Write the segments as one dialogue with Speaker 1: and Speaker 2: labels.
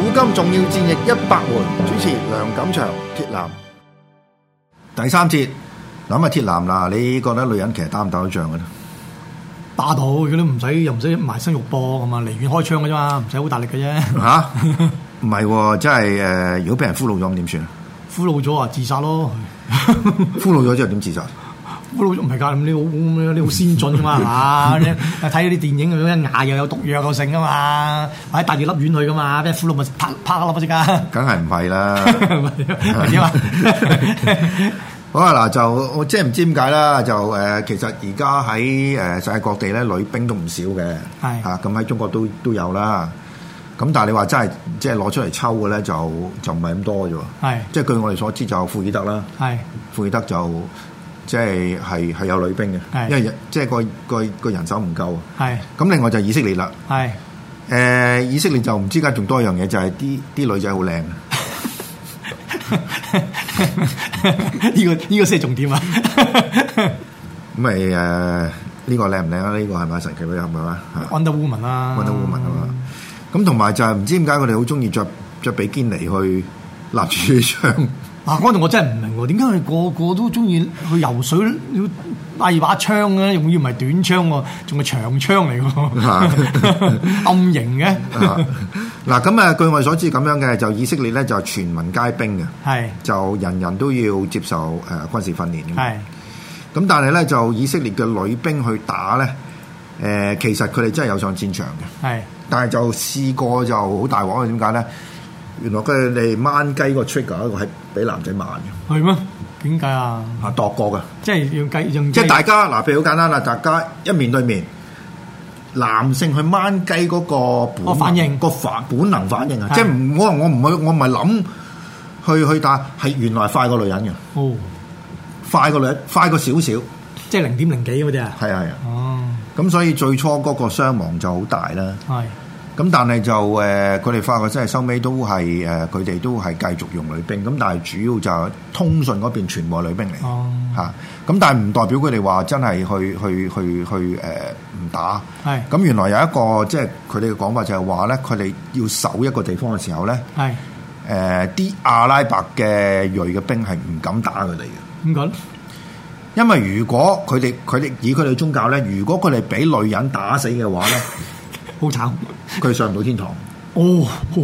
Speaker 1: 古今重要戰役一百回，主持梁錦祥、鐵男。第三節，諗下鐵男嗱，你覺得女人其實打唔打到仗嘅咧？
Speaker 2: 打到佢都唔使又唔使埋身肉搏咁啊，離遠開槍嘅啫嘛，唔使好大力嘅啫。
Speaker 1: 吓，唔係喎，真係誒、呃如果俾人俘虜咗咁點算啊？
Speaker 2: 俘虜咗啊，自殺咯！
Speaker 1: 俘虜咗之後點自殺？
Speaker 2: 俘虜咗唔係㗎，咁你好咁你好先進㗎嘛，係嘛？你睇啲電影咁樣牙又有毒藥又剩㗎嘛，或者帶住粒丸去㗎嘛，俾人俘虜咪啪啪粒即刻。
Speaker 1: 梗係唔係啦。
Speaker 2: 係點啊？
Speaker 1: 好啊，嗱就我即係唔知點解啦，就誒、呃其實而家喺誒世界各地咧，女兵都唔少嘅，
Speaker 2: 係
Speaker 1: 啊，咁喺中國都都有啦。咁但係你話真係即係攞出嚟抽嘅咧，就就唔係咁多啫喎。
Speaker 2: 係
Speaker 1: 即係據我哋所知就庫爾德啦，
Speaker 2: 係
Speaker 1: 庫爾德就即係係係有女兵嘅，
Speaker 2: 係
Speaker 1: 因為人即係個個個人手唔夠啊。
Speaker 2: 係
Speaker 1: 咁另外就以色列啦，
Speaker 2: 係
Speaker 1: 誒、以色列就唔知點解仲多一樣嘢，就係啲啲女仔好靚。啊
Speaker 2: 呢個呢個先係重點啊！
Speaker 1: 咁咪誒呢個靚唔靚啊？呢、個係咪神奇女俠係嘛？嚇
Speaker 2: Wonder Woman 啦
Speaker 1: Wonder Woman 啊嘛。咁同埋就係唔知點解佢哋好中意着着比堅尼去立住槍，
Speaker 2: 嗱，啊嗰度我真係唔明喎，點解佢個個都中意去游水要帶把槍嘅，仲要唔係短槍喎，仲係長槍 嚟
Speaker 1: 啊
Speaker 2: 喎，暗型嘅，
Speaker 1: 啊嗱咁啊，據我哋所知咁樣嘅就以色列咧就全民皆兵嘅，
Speaker 2: 係
Speaker 1: 就人人都要接受誒、呃、軍事訓練嘅。
Speaker 2: 係
Speaker 1: 咁，但係咧就以色列嘅女兵去打咧，誒、其實佢哋真係有上戰場嘅。
Speaker 2: 係
Speaker 1: 但係就試過就好大鑊啊！點解咧？原來佢哋掹雞個 trigger 一個係比男仔慢嘅，
Speaker 2: 係咩？點解啊？
Speaker 1: 啊度過嘅，
Speaker 2: 即係用計用
Speaker 1: 即係
Speaker 2: 計
Speaker 1: 大家嗱，譬如好簡單啦，大家一面對面，男性去掹雞嗰個本
Speaker 2: 個哦反應
Speaker 1: 個反本能反應啊，
Speaker 2: 係
Speaker 1: 即係唔我我唔去我唔係諗去去打，係原來快過女人嘅，
Speaker 2: 哦，
Speaker 1: 快過女人快過少少，係
Speaker 2: 即係零點零幾嗰啲啊？
Speaker 1: 啊係啊，
Speaker 2: 哦，
Speaker 1: 咁所以最初嗰個傷亡就好大啦。
Speaker 2: 係
Speaker 1: 咁但係就誒，呃佢、哋發覺真係收尾都係誒，呃佢、哋都係繼續用女兵。咁但係主要就係通訊嗰邊全部係女兵嚟嚇。咁、
Speaker 2: 哦
Speaker 1: 但係唔代表佢哋話真係去去去去誒呃唔、打。
Speaker 2: 係
Speaker 1: 咁原來有一個即係佢哋嘅講法就係話咧，佢哋要守一個地方嘅時候咧，誒、
Speaker 2: 係
Speaker 1: 啲阿拉伯嘅裔嘅兵係唔敢打佢哋嘅。
Speaker 2: 點講？
Speaker 1: 因為如果佢哋佢哋以佢哋宗教咧，如果佢哋俾女人打死嘅話咧，
Speaker 2: 好慘
Speaker 1: 佢上唔到天堂。
Speaker 2: 哦，哦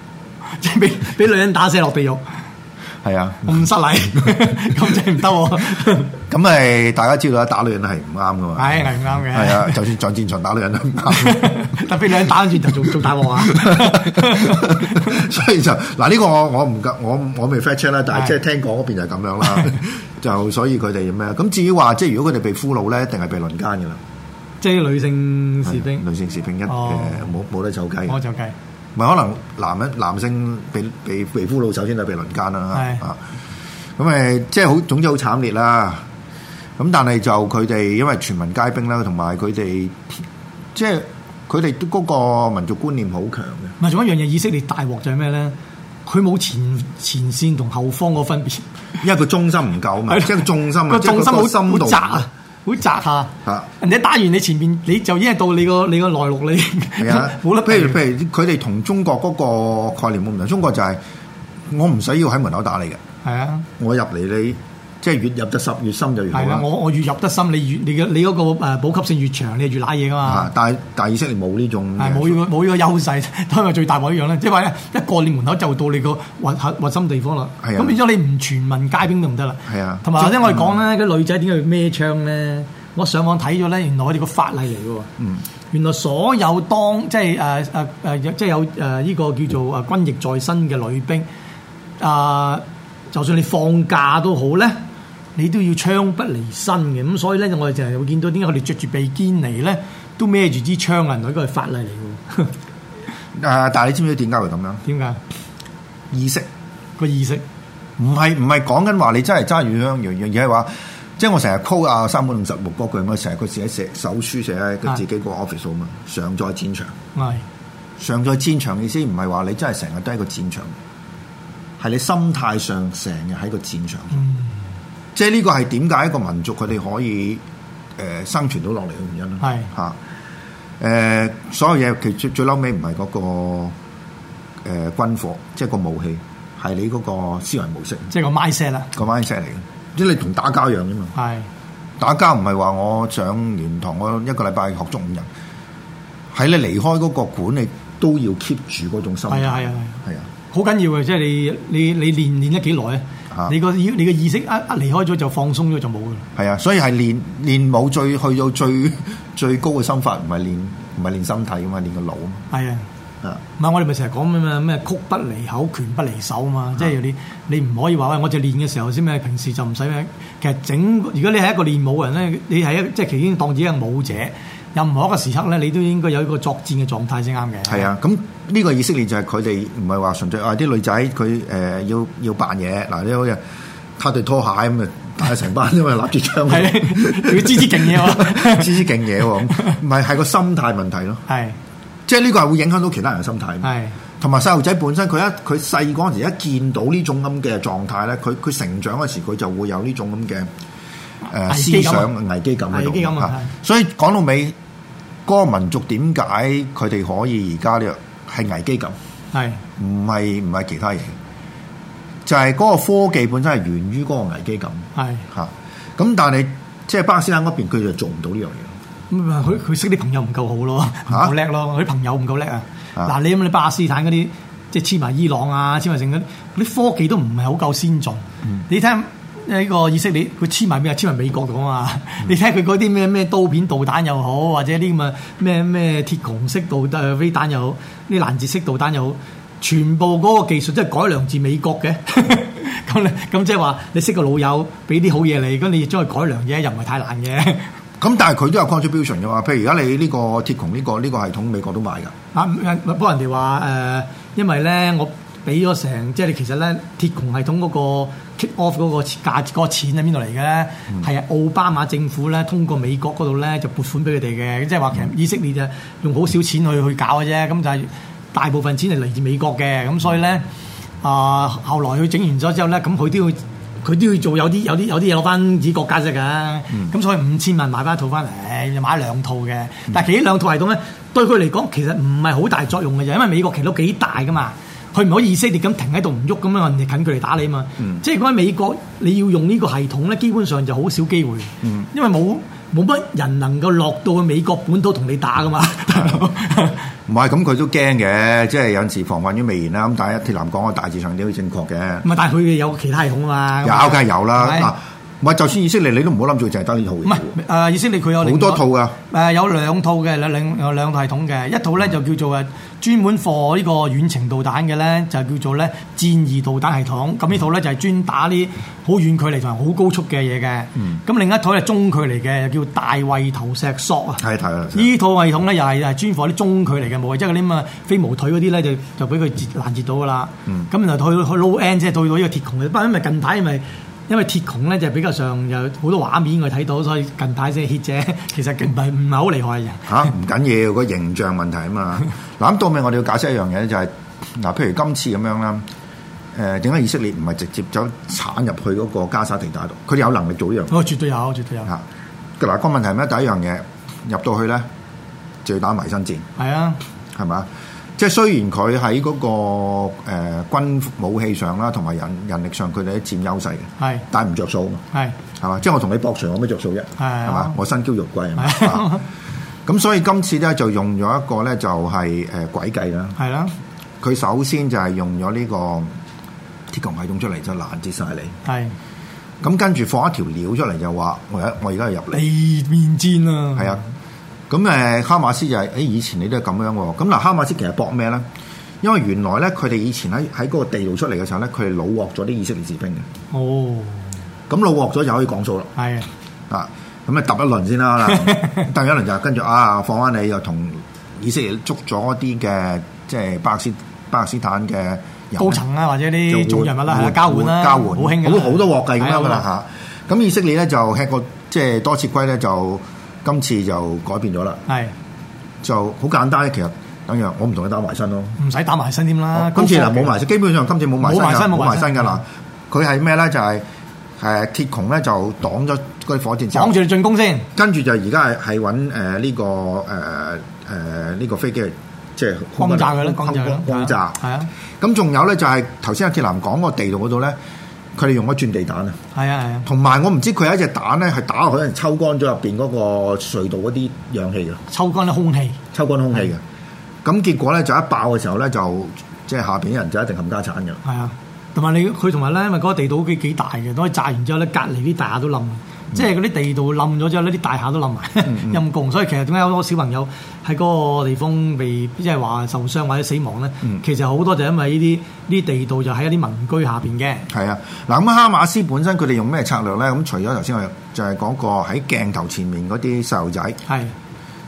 Speaker 2: 即係俾俾女人打死落地獄，
Speaker 1: 係啊。
Speaker 2: 咁失 禮，咁真係唔得喎。
Speaker 1: 咁咪大家知道啦，打女人係唔啱噶嘛。
Speaker 2: 係係唔啱嘅
Speaker 1: 係啊，就算上戰場打女人都唔啱。
Speaker 2: 特別兩打轉頭做做大鑊啊！
Speaker 1: 所以就嗱呢個我我唔夠我我未 fact check 啦，但係
Speaker 2: 係
Speaker 1: 即係聽講嗰邊就係咁樣 啦。就所以佢哋咩？咁至於話即係如果佢哋被俘虜咧，一定係被輪奸噶啦。
Speaker 2: 即係女性士兵，
Speaker 1: 女性士兵一誒
Speaker 2: 哦
Speaker 1: 冇冇得走雞。
Speaker 2: 我就計
Speaker 1: 唔係可能男人男性被被被俘虜，首先就被輪奸啦。
Speaker 2: 係
Speaker 1: 啊，咁誒即係好總之好慘烈啦。咁但係就佢哋因為全民皆兵啦，同埋佢哋即係佢哋都嗰個民族觀念好強嘅。
Speaker 2: 唔係仲有一樣嘢，以色列大鑊就係咩咧？佢冇前前線同後方個分別，
Speaker 1: 因為佢中心唔夠啊嘛，
Speaker 2: 係
Speaker 1: 即係重心啊，
Speaker 2: 個
Speaker 1: 即係
Speaker 2: 重心
Speaker 1: 嗰
Speaker 2: 好
Speaker 1: 個深
Speaker 2: 好
Speaker 1: 度
Speaker 2: 窄啊，好窄下。
Speaker 1: 嚇
Speaker 2: 人哋打完你前面，你就已經係到你個你個內陸你
Speaker 1: 係啊，
Speaker 2: 冇得
Speaker 1: 譬如
Speaker 2: 避
Speaker 1: 譬如佢哋同中國嗰個概念好唔同，中國就係我唔使要喺門口打你嘅，
Speaker 2: 係啊，
Speaker 1: 我入嚟你即係越入得深越深就越好
Speaker 2: 係啦，
Speaker 1: 啦。
Speaker 2: 我我越入得深，你越你嘅你嗰個誒補給性越長，你越揦嘢噶嘛。
Speaker 1: 啊，但係但係以色列冇呢種
Speaker 2: 係啊冇呢個冇呢個優勢， 因為最大鑊一樣咧，即係話咧一過你門口就到你個核核核心地方啦。
Speaker 1: 係啊
Speaker 2: 咁變咗你唔全民皆兵都唔得啦。
Speaker 1: 係啊
Speaker 2: 同埋頭先我哋講咧，啲女仔點解要孭槍咧？我上網睇咗咧，原來我哋個法例嚟嘅喎。
Speaker 1: 嗯
Speaker 2: 原來所有當即係呃誒誒誒，即係有誒呃呢個叫做誒軍役在身嘅女兵，啊、就算你放假都好咧，你都要槍不離身嘅。咁所以咧，我哋就係會見到點解佢哋着住比堅尼咧，都孭住支槍啊！原來呢個係法例嚟嘅喎，
Speaker 1: 啊，但係你知唔知點解會咁樣？
Speaker 2: 點解
Speaker 1: 意識
Speaker 2: 個意識？
Speaker 1: 唔係唔係講緊話你真係揸住樣樣樣，而係話。即係我成日 call 啊三本五十六嗰句，我成日佢寫寫手書寫喺佢自己個 office 度嘛，常在戰場。
Speaker 2: 係
Speaker 1: 上在戰場嘅意思唔係話你真係成日都喺個戰場，係你心態上成日喺個戰場。即係呢個係點解一個民族佢哋可以誒、呃生存到落嚟嘅原因啦。
Speaker 2: 係
Speaker 1: 嚇誒，所有嘢其實最最嬲尾唔係嗰個誒、呃、軍火，即係個武器，係你嗰個思維模式
Speaker 2: 即係個 mindset 啦，
Speaker 1: 個 mindset 嚟嘅。即係你同打交一樣啫嘛。
Speaker 2: 係
Speaker 1: 打交唔係話我上完堂我一個禮拜學足五日，喺你離開嗰個館，你都要 keep 住嗰種心態。
Speaker 2: 係啊係啊
Speaker 1: 係啊，
Speaker 2: 好緊要嘅，即係你你你練練得幾耐啊
Speaker 1: 啊？
Speaker 2: 你個意你個意識一一離開咗就放鬆咗就冇㗎啦。
Speaker 1: 係啊，所以係練練武最去到最 最高嘅心法，唔係練唔係練身體啊嘛，練個腦啊
Speaker 2: 係
Speaker 1: 嘛
Speaker 2: 啊。
Speaker 1: 啊。
Speaker 2: 唔係，我哋咪成日講咩咩咩曲不離口，拳不離手啊嘛，即係你你唔可以話喂，我就練嘅時候先咩，平時就唔使咩。其實整，如果你係一個練武嘅人咧，你係一即係已經當自己係武者，任何一個時刻咧，你都應該有一個作戰嘅狀態先啱嘅。
Speaker 1: 係啊，咁呢個以色列就係佢哋唔係話純粹啊啲女仔佢誒要要扮嘢嗱，你好似他對拖鞋咁啊，帶成班因為揦住槍，
Speaker 2: 係，仲要支支勁嘢喎
Speaker 1: 知知勁嘢喎，咁唔係係個心態問題咯。
Speaker 2: 係
Speaker 1: 即係呢個係會影響到其他人嘅心態。
Speaker 2: 係
Speaker 1: 同埋細路仔本身佢一佢細嗰陣時一見到呢種咁嘅狀態咧，佢佢成長嗰時佢就會有呢種咁嘅誒
Speaker 2: 危機
Speaker 1: 思
Speaker 2: 感啊
Speaker 1: 想危機感喺
Speaker 2: 危機感
Speaker 1: 度
Speaker 2: 啊
Speaker 1: 啊所以講到尾，嗰、個民族點解佢哋可以而家呢個係危機感，
Speaker 2: 係
Speaker 1: 唔係唔係其他嘢，就係、嗰個科技本身係源於嗰個危機感
Speaker 2: 係。
Speaker 1: 嚇。咁、但係即係巴勒斯坦嗰邊佢就做唔到呢樣嘢。
Speaker 2: 咁咪佢佢識啲朋友唔夠好咯，唔
Speaker 1: 嚇
Speaker 2: 夠叻咯，佢啲朋友唔夠叻啊！
Speaker 1: 啊
Speaker 2: 嗱，你諗你巴勒斯坦嗰啲，即係黐埋伊朗啊，黐埋成嗰啲啲科技都唔係好夠先進。
Speaker 1: 嗯
Speaker 2: 你睇下呢個以色列，佢黐埋咩啊？黐埋美國度啊嘛！
Speaker 1: 嗯
Speaker 2: 你睇下佢嗰啲咩咩刀片導彈又好，或者啲咁嘅咩咩鐵穹式導誒飛彈又好，啲攔截式導彈又好，全部嗰個技術都係改良自美國嘅。 咁你咁即係話你識個老友，俾啲好嘢你，咁你將佢改良嘢又唔係太難嘅。
Speaker 1: 咁但係佢都有 contribution 嘅嘛，譬如而家你呢個鐵穹呢、個呢、個系統，美國都買㗎。
Speaker 2: 啊，唔唔幫人哋話誒，因為咧我俾咗成，即係你其實咧鐵穹系統嗰個 kick off 嗰個價嗰個錢喺邊度嚟嘅咧？係、啊奧巴馬政府咧通過美國嗰度咧就撥款俾佢哋嘅，即係話其實以色列就用好少錢去去搞嘅啫，咁就係大部分錢係嚟自美國嘅，咁所以咧啊、後來佢整完咗之後咧，咁佢都要。佢都要做有啲有啲有啲嘢攞翻自己國家啫㗎，咁、所以五千萬買翻一套翻嚟，就買兩套嘅。但係其實呢兩套系統咧，對佢嚟講其實唔係好大作用嘅啫，因為美國其實都幾大噶嘛，佢唔可以以色列咁停喺度唔喐咁樣人哋近距離打你嘛。即係如果喺美國你要用呢個系統咧，基本上就好少機會，因為冇冇乜人能夠落到去美國本土同你打噶嘛。大佬
Speaker 1: 唔係咁佢都驚嘅，即係有陣時防患於未然啦。咁但係鐵男講嘅大致上都要正確嘅，
Speaker 2: 唔係，但係佢哋有其他系統啊嘛。
Speaker 1: 有梗係有啦。
Speaker 2: 係
Speaker 1: 嗱，唔係就算以色列你都唔好諗住淨係得呢套
Speaker 2: 唔係
Speaker 1: 嘢
Speaker 2: 呃誒，以色列佢有
Speaker 1: 好
Speaker 2: 另外
Speaker 1: 多套啊㗎
Speaker 2: 誒、有兩套嘅兩兩有兩套系統嘅，一套咧就叫做誒呃專門 for 呢個遠程導彈嘅咧，就叫做咧戰意導彈系統。咁呢套咧就係專打啲好遠距離同埋好高速嘅嘢嘅。咁、
Speaker 1: 嗯
Speaker 2: 另一套係中距離嘅，就叫大衛投石索啊。
Speaker 1: 係睇啦。
Speaker 2: 呢套系統咧又係係專火啲中距離嘅武器，即係嗰啲咁啊飛毛腿嗰啲咧就就俾佢截攔截到噶啦。
Speaker 1: 嗯
Speaker 2: 咁然後去去 low end 即係對到呢個鐵穹嘅，不過因為近排因為因為鐵穹咧就比較上有好多畫面我哋睇到，所以近排先 hit 啫。 其實唔係唔係好厲害嘅。
Speaker 1: 嚇唔緊要，個形象問題啊 嘛。嗱咁到尾我哋要解釋一樣嘢就係、嗱，譬如今次咁樣啦，誒點解以色列唔係直接走鏟入去嗰個加沙地帶度？佢哋有能力做呢樣嘢
Speaker 2: 我哦絕對有，絕對有，
Speaker 1: 嚇。啊嗱、個問題係咩？第一樣嘢入到去咧就要打埋身戰。
Speaker 2: 係啊，
Speaker 1: 係嘛？即係雖然佢喺嗰個誒、呃、軍武器上啦，同埋人人力上，佢哋都佔優勢嘅，
Speaker 2: 係
Speaker 1: 但係唔着數啊嘛。
Speaker 2: 係
Speaker 1: 係嘛？即係我同你博長有咩着數啫？
Speaker 2: 係啊
Speaker 1: 係嘛？我身嬌肉貴係 嘛
Speaker 2: 係啊
Speaker 1: 啊？咁所以今次咧就用咗一個咧就係誒鬼計啦。
Speaker 2: 係啦，
Speaker 1: 佢首先就係用咗呢個鐵穹系統出嚟就攔截晒你，
Speaker 2: 係
Speaker 1: 咁跟住放一條料出嚟就話我而我而家要入嚟，
Speaker 2: 你面戰啊，
Speaker 1: 係啊。咁誒哈馬斯就係、誒、以前你都係咁樣喎。咁嗱哈馬斯其實搏咩咧？因為原來咧佢哋以前喺喺嗰個地道出嚟嘅時候咧，佢哋老獲咗啲以色列士兵嘅。
Speaker 2: 哦，
Speaker 1: 咁老獲咗就可以講數啦。
Speaker 2: 係啊，
Speaker 1: 啊，咁啊揼一輪先啦， 嗱揼一輪就跟住啊放翻你又同以色列捉咗啲嘅即係巴勒斯巴勒斯坦嘅人呢
Speaker 2: 高層啊或者
Speaker 1: 就
Speaker 2: 啲
Speaker 1: 換
Speaker 2: 重人物啦，係啊
Speaker 1: 換
Speaker 2: 交換啦，
Speaker 1: 交換
Speaker 2: 好興嘅，
Speaker 1: 咁好多鑊計咁樣噶
Speaker 2: 係啊，
Speaker 1: 啦嚇。咁以色列咧就吃過即係多次龜咧，就今次就改變咗啦，
Speaker 2: 好係
Speaker 1: 就好簡單其實等於我唔同你打埋身咯。
Speaker 2: 唔使打埋身添啦
Speaker 1: 哦，今次
Speaker 2: 啊高
Speaker 1: 嗱冇埋
Speaker 2: 科技
Speaker 1: 身，基本上今次冇埋身
Speaker 2: 冇埋
Speaker 1: 㗎
Speaker 2: 身
Speaker 1: 冇
Speaker 2: 冇
Speaker 1: 埋
Speaker 2: 埋
Speaker 1: 身
Speaker 2: 身
Speaker 1: 㗎啦。佢係咩咧？就係誒鐵穹咧就擋咗嗰啲火箭之後
Speaker 2: 擋住。你進攻先，
Speaker 1: 跟住就而家係係揾誒呢個誒誒呢個飛機，即係
Speaker 2: 轟炸佢啦，轟炸佢啦，
Speaker 1: 轟炸。
Speaker 2: 係啊，
Speaker 1: 咁仲有咧就係頭先阿鐵男講個地道嗰度咧，佢哋用咗轉地彈啊，
Speaker 2: 係啊，係啊，
Speaker 1: 同埋我唔知佢有一隻彈咧係打落去，可能抽乾咗入邊嗰個隧道嗰啲氧氣嘅，啊
Speaker 2: 抽乾啲空氣，
Speaker 1: 抽乾空氣嘅。咁結果咧就一爆嘅時候咧就即係下邊啲人就一定冚家產嘅啦。
Speaker 2: 係啊，同埋你佢同埋咧，因為嗰個地道幾幾大嘅，當佢炸完之後咧，隔離啲大廈都冧，即係嗰啲地道冧咗之後呢啲大廈都冧埋，陰公。所以其實點解好多小朋友喺嗰個地方被即係話受傷或者死亡咧？
Speaker 1: 嗯
Speaker 2: 其實好多就因為呢啲呢啲地道就喺一啲民居下邊嘅，
Speaker 1: 係啊，嗱咁哈馬斯本身佢哋用咩策略咧？咁除咗頭先我就係講過喺鏡頭前面嗰啲細路仔。
Speaker 2: 係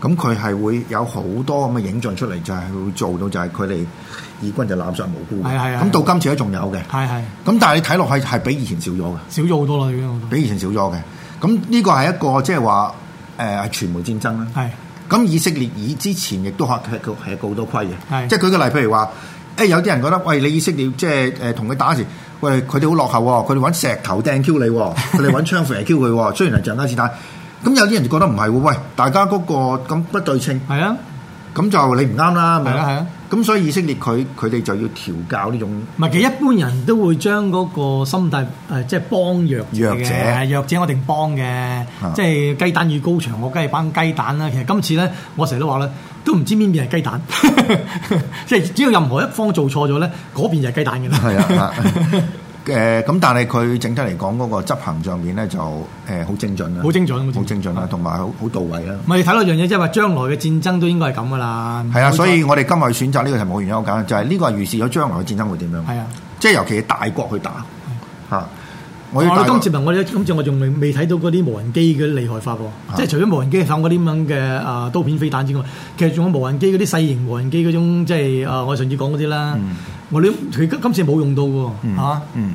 Speaker 1: 咁佢係會有好多咁嘅影像出嚟，就係、會做到就係佢哋以軍就濫殺無辜嘅。
Speaker 2: 係啊係啊
Speaker 1: 咁到今次都仲有嘅。
Speaker 2: 係係
Speaker 1: 咁但係你睇落去係比以前少咗嘅，
Speaker 2: 少咗好多啦，已經好多
Speaker 1: 比以前少咗嘅。咁呢個係一個即係話誒係傳媒戰爭啦。
Speaker 2: 係
Speaker 1: 咁以色列以之前亦都係係係告好多虧嘅，
Speaker 2: 係
Speaker 1: 即係舉個例，譬如話，誒、有啲人覺得，喂，你以色列即係誒同佢打時，喂，佢哋好落後喎，佢哋揾石頭掟 Q 你 喎，佢哋揾槍射 Q 佢喎，雖然係橡膠子彈，咁有啲人就覺得唔係喎，喂，大家嗰、個咁不對稱，
Speaker 2: 係啊，
Speaker 1: 咁就你唔啱啦，咪
Speaker 2: 係啊係啊，
Speaker 1: 咁所以以色列佢佢哋就要調教呢種，
Speaker 2: 唔係其實一般人都會將嗰個心態誒、即係幫弱
Speaker 1: 弱
Speaker 2: 者
Speaker 1: 者啊
Speaker 2: 嘅，弱者我一定幫嘅，即係雞蛋與高牆，我梗係幫雞蛋啦。其實今次咧，我成日都話咧，都唔知邊邊係雞蛋， 即係只要任何一方做錯咗咧，嗰 邊就係雞蛋嘅啦。
Speaker 1: 係啊， 誒咁，但係佢整體嚟講嗰個執行上面咧就誒好精準啦，啊
Speaker 2: 好精準好精準
Speaker 1: 好精準啊啦，同埋好好到位啊啦。
Speaker 2: 唔係你睇到一樣嘢，即係話將來嘅戰爭都應該係咁噶啦。
Speaker 1: 係啊，所以
Speaker 2: 嗯冇
Speaker 1: 我哋今日選擇呢個題目嘅原因好簡單，就係呢個係預示咗將來嘅戰爭會點樣
Speaker 2: 錯。係啊。嗯
Speaker 1: 即係尤其係大國去打嚇。我要
Speaker 2: 我
Speaker 1: 大
Speaker 2: 哋
Speaker 1: 國
Speaker 2: 哦今次咪我哋今次我仲未未睇到嗰啲無人機嘅厲害法
Speaker 1: 啊
Speaker 2: 喎，即係除咗無人機放嗰啲咁樣嘅啊刀片飛彈之外，其實仲有無人機嗰啲細型無人機嗰種，即係啊我上次講嗰啲啦，我哋佢今今次冇用到喎嚇，
Speaker 1: 嗯，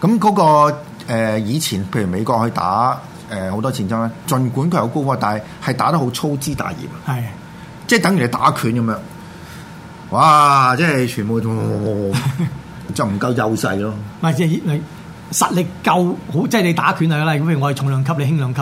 Speaker 1: 咁嗰、個、呃、以前譬如美國去打誒好、多戰爭咧，儘管佢有高科，但係係打得好粗枝大葉啊，
Speaker 2: 係
Speaker 1: 即係等於你打拳咁樣。哇！即係全部哦就 唔夠幼勢咯。
Speaker 2: 咪即係你實力夠好，即係你打拳係啦，咁譬如我係重量級，你輕量級，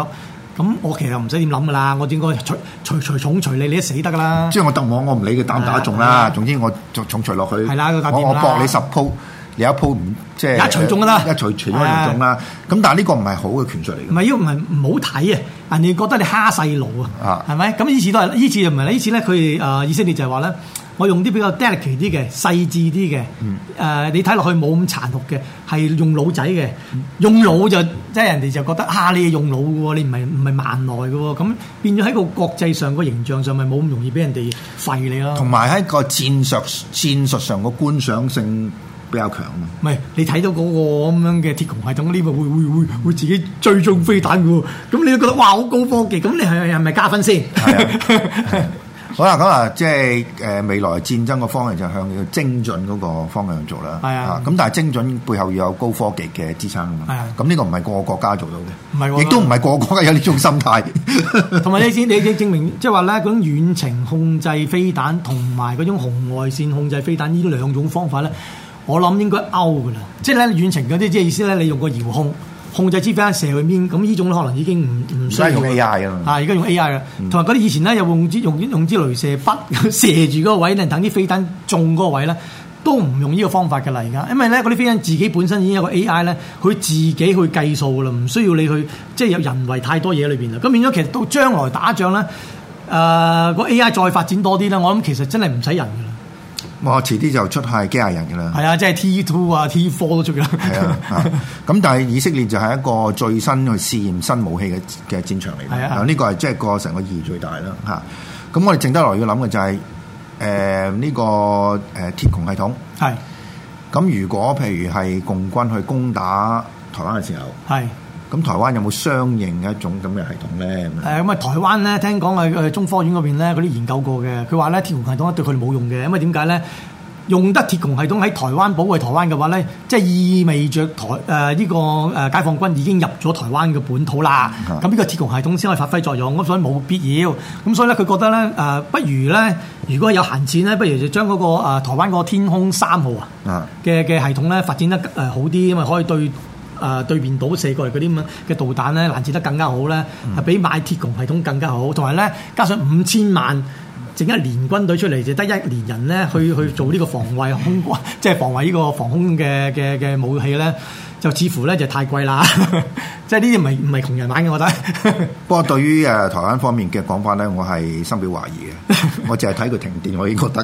Speaker 2: 咁我其實唔使點諗噶啦，我應該除除除重除你，你都死得噶啦，
Speaker 1: 即係我特我我唔理佢打唔打得中
Speaker 2: 係
Speaker 1: 啦，
Speaker 2: 啊
Speaker 1: 總之我重重錘落去，
Speaker 2: 係啦佢打
Speaker 1: 我
Speaker 2: 掂
Speaker 1: 我
Speaker 2: 啦
Speaker 1: 搏你十鋪，你有一鋪唔即係
Speaker 2: 一錘中㗎啦啊
Speaker 1: 一錘全開就中啦。咁但係呢個唔係好嘅拳術嚟
Speaker 2: 唔
Speaker 1: 嘅，
Speaker 2: 係，呢個唔係唔好睇啊！人哋覺得你蝦細路
Speaker 1: 啊
Speaker 2: 啊，係咪？咁呢次都係，呢次就唔係啦。呢次咧，佢哋誒以色列就係話咧，我用啲比較 delicate 啲嘅、細緻啲嘅，誒、
Speaker 1: 嗯
Speaker 2: 你睇落去冇咁殘酷嘅，係用腦仔嘅，用腦就即係人哋就覺得啊，你係用腦嘅喎，你唔係唔係萬內嘅喎，咁變咗喺個國際上個形象上，咪冇咁容易俾人哋廢你咯。
Speaker 1: 同埋喺個戰術戰術上個觀賞性比較強啊。
Speaker 2: 唔係你睇到嗰個咁樣嘅鐵穹系統，呢個會會會會自己追蹤飛彈嘅喎，咁你都覺得哇好高科技，咁你係係咪加分先？
Speaker 1: 係好啦，咁啊，即係誒未來戰爭個方向就向精準嗰個方向做啦。
Speaker 2: 係啊
Speaker 1: 咁但係精準背後要有高科技嘅支撐啊嘛
Speaker 2: 係啊。
Speaker 1: 咁呢個唔係個個國家做
Speaker 2: 唔
Speaker 1: 到
Speaker 2: 係
Speaker 1: 嘅，
Speaker 2: 喎
Speaker 1: 亦都唔係個個國家有呢種心態。
Speaker 2: 同埋你先，你你證明即係話咧，嗰種遠程控制飛彈同埋嗰種紅外線控制飛彈呢兩種方法咧，我諗應該勾噶啦。即係咧遠程嗰啲，即係意思咧，你用個遙控控制支飛射去邊，咁呢種可能已經唔唔需要
Speaker 1: 而家用 AI 啦
Speaker 2: 啊，而家用 AI 啦，同埋嗰啲以前咧又用支用用支雷射筆射住嗰個位咧，等啲飛彈中嗰個位咧。都唔用呢個方法㗎啦，而家，因為咧嗰啲飛彈自己本身已經有個 AI 咧，佢自己去計數㗎啦，唔需要你去即係有人為太多嘢裏邊啦。咁變咗其實到將來打仗咧，誒、個 AI 再發展多啲咧，我諗其實真係唔使人㗎啦。
Speaker 1: 我遲啲就出係機械人嘅啦。
Speaker 2: 係啊，即係 T two 啊，T four 都出咗。
Speaker 1: 係啊，啊咁但係以色列就係一個最新去試驗新武器嘅嘅戰場嚟
Speaker 2: 係
Speaker 1: 嘅，
Speaker 2: 啊
Speaker 1: 啊呢個係即係個成個意義最大啦嚇。咁我哋剩得落嚟要諗嘅就係誒呢個誒鐵穹系統。
Speaker 2: 係
Speaker 1: 咁如果譬如係共軍去攻打台灣嘅時候，
Speaker 2: 係
Speaker 1: 咁台灣有冇相應一種咁嘅系統咧？咁樣
Speaker 2: 誒咁啊！台灣咧，聽講係誒呃中科院嗰邊咧，佢都研究過嘅。佢話咧，鐵穹系統對佢哋冇用嘅，因為點解咧？用得鐵穹系統喺台灣保衞台灣嘅話咧，即係意味着台誒呃呢、個誒解放軍已經入咗台灣嘅本土啦。
Speaker 1: 嗯
Speaker 2: 咁呢個鐵穹系統先可以發揮作用，咁所以冇必要。咁所以咧，佢覺得咧誒、不如咧，如果有閒錢咧，不如就將嗰、個、誒台灣嗰個天空三號啊。
Speaker 1: 啊，
Speaker 2: 嘅嘅系統咧發展得誒呃好啲，因為可以對誒、呃、對面島射過嚟嗰啲咁嘅導彈咧攔截得更加好咧，係比買鐵穹系統更加好，同埋咧加上五千萬。整一年軍隊出嚟就得一年人咧，去去做呢個防衞空軍， 即係防衞呢個防空嘅嘅嘅武器咧，就似乎咧就太貴啦。 即係呢啲唔係唔係窮人玩嘅，我覺得。
Speaker 1: 不過對於誒台灣方面嘅講法咧，我係深表懷 疑嘅。我淨係睇佢停電，我已經覺得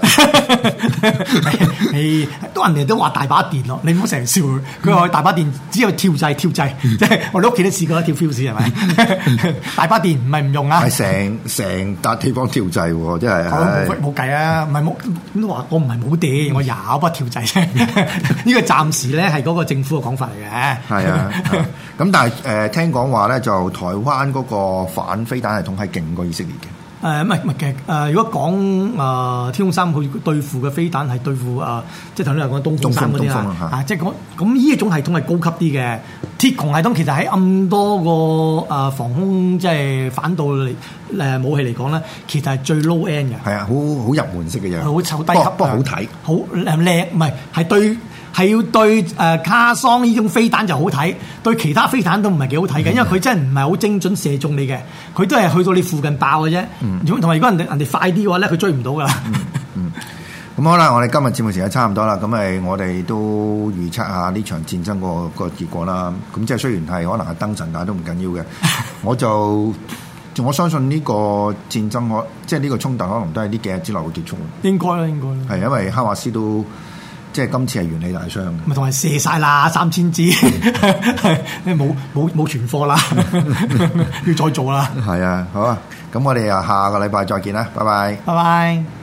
Speaker 2: 你都人哋都話大把電咯，你唔好成日笑佢。佢話大把電只有跳掣跳掣，
Speaker 1: 嗯
Speaker 2: 即係我哋屋企都試過一跳 fuse 係咪？大把電唔係唔用啊，
Speaker 1: 係成成笪地方跳掣喎，真係。
Speaker 2: 我
Speaker 1: 唉
Speaker 2: 冇冇計啊，唔係冇咁都話我唔係冇電，我有不過跳掣啫。
Speaker 1: 嗯
Speaker 2: 呢個暫時咧係嗰個政府嘅講法嚟嘅。
Speaker 1: 係 啊，咁但係誒、呃、聽講話咧，就台灣嗰個反飛彈系統係勁過以色列嘅，
Speaker 2: 誒唔係唔係嘅誒，如果講誒、呃天空三佢對付嘅飛彈係對付誒、呃即係頭先有講東風三嗰啲
Speaker 1: 東風東風
Speaker 2: 啦
Speaker 1: 啊，
Speaker 2: 啊即係講咁呢一種系統係高級啲嘅。鐵穹系統其實喺咁多個誒、呃防空即係反導嚟誒、呃武器嚟講咧，其實係最 low end 嘅。
Speaker 1: 係啊，好好入門式嘅樣，
Speaker 2: 好湊低級啊
Speaker 1: 不過不過好睇，
Speaker 2: 好誒靚，唔係係對係要對誒、呃卡桑呢種飛彈就好睇，對其他飛彈都唔係幾好
Speaker 1: 嗯
Speaker 2: 睇嘅，因為佢真係唔係好精準射中你嘅，佢都係去到你附近爆嘅啫。
Speaker 1: 嗯
Speaker 2: 如果同埋如果人哋人哋快啲嘅話咧，佢追唔到噶啦。
Speaker 1: 咁好啦，我哋今日節目時間差唔多啦，咁誒我哋都預測下呢場戰爭個個結果啦。咁即係雖然係可能係燈神，但係都唔緊 要嘅。我就我相信呢個戰爭可即係呢個衝突可能都係呢幾日之內會結束，
Speaker 2: 應該啦，應該啦。
Speaker 1: 係因為哈馬斯都即係今次係元氣大傷 嘅。
Speaker 2: 咪同埋射晒啦，三 千支， 冇冇冇存貨啦，要再做啦，
Speaker 1: 係啊，好啊，咁我哋啊下個禮拜再見啦，拜拜。
Speaker 2: 拜拜。